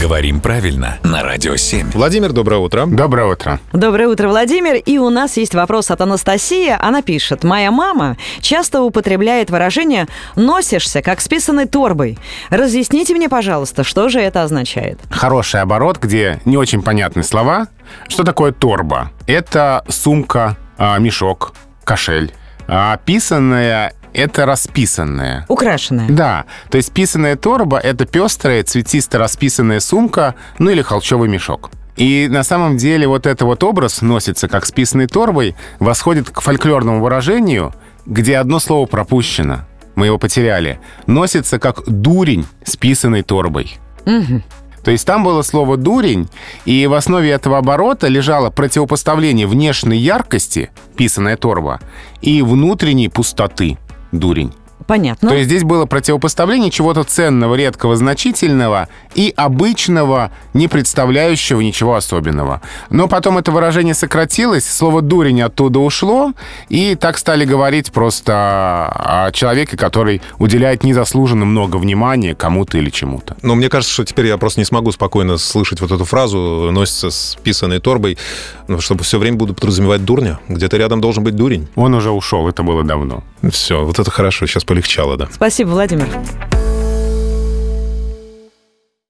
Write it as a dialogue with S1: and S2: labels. S1: Говорим правильно на Радио 7.
S2: Владимир, доброе утро.
S3: Доброе утро.
S4: Доброе утро, Владимир. И у нас есть вопрос от Анастасии. Она пишет. Моя мама часто употребляет выражение «носишься, как с писаной торбой». Разъясните мне, пожалуйста, что же это означает?
S3: Хороший оборот, где не очень понятны слова. Что такое торба? Это сумка, а, мешок, кошель. А писанное — это расписанное.
S4: Украшенная.
S3: Да, то есть писаная торба — это пестрая, цветисто расписанная сумка, ну или холчевый мешок. И на самом деле вот этот вот образ носится как с писаной торбой, восходит к фольклорному выражению, где одно слово пропущено, мы его потеряли, носится как дурень с писаной торбой. То есть там было слово «дурень», и в основе этого оборота лежало противопоставление внешней яркости, писаная торба, и внутренней пустоты, дурень.
S4: Понятно.
S3: То есть здесь было противопоставление чего-то ценного, редкого, значительного и обычного, не представляющего ничего особенного. Но потом это выражение сократилось, слово «дурень» оттуда ушло, и так стали говорить просто о человеке, который уделяет незаслуженно много внимания кому-то или чему-то.
S2: Но мне кажется, что теперь я просто не смогу спокойно слышать вот эту фразу «носится с писаной торбой», ну, чтобы все время буду подразумевать дурня. Где-то рядом должен быть дурень.
S3: Он уже ушел, это было давно.
S2: Все, вот это хорошо, сейчас полегчало, да.
S4: Спасибо, Владимир.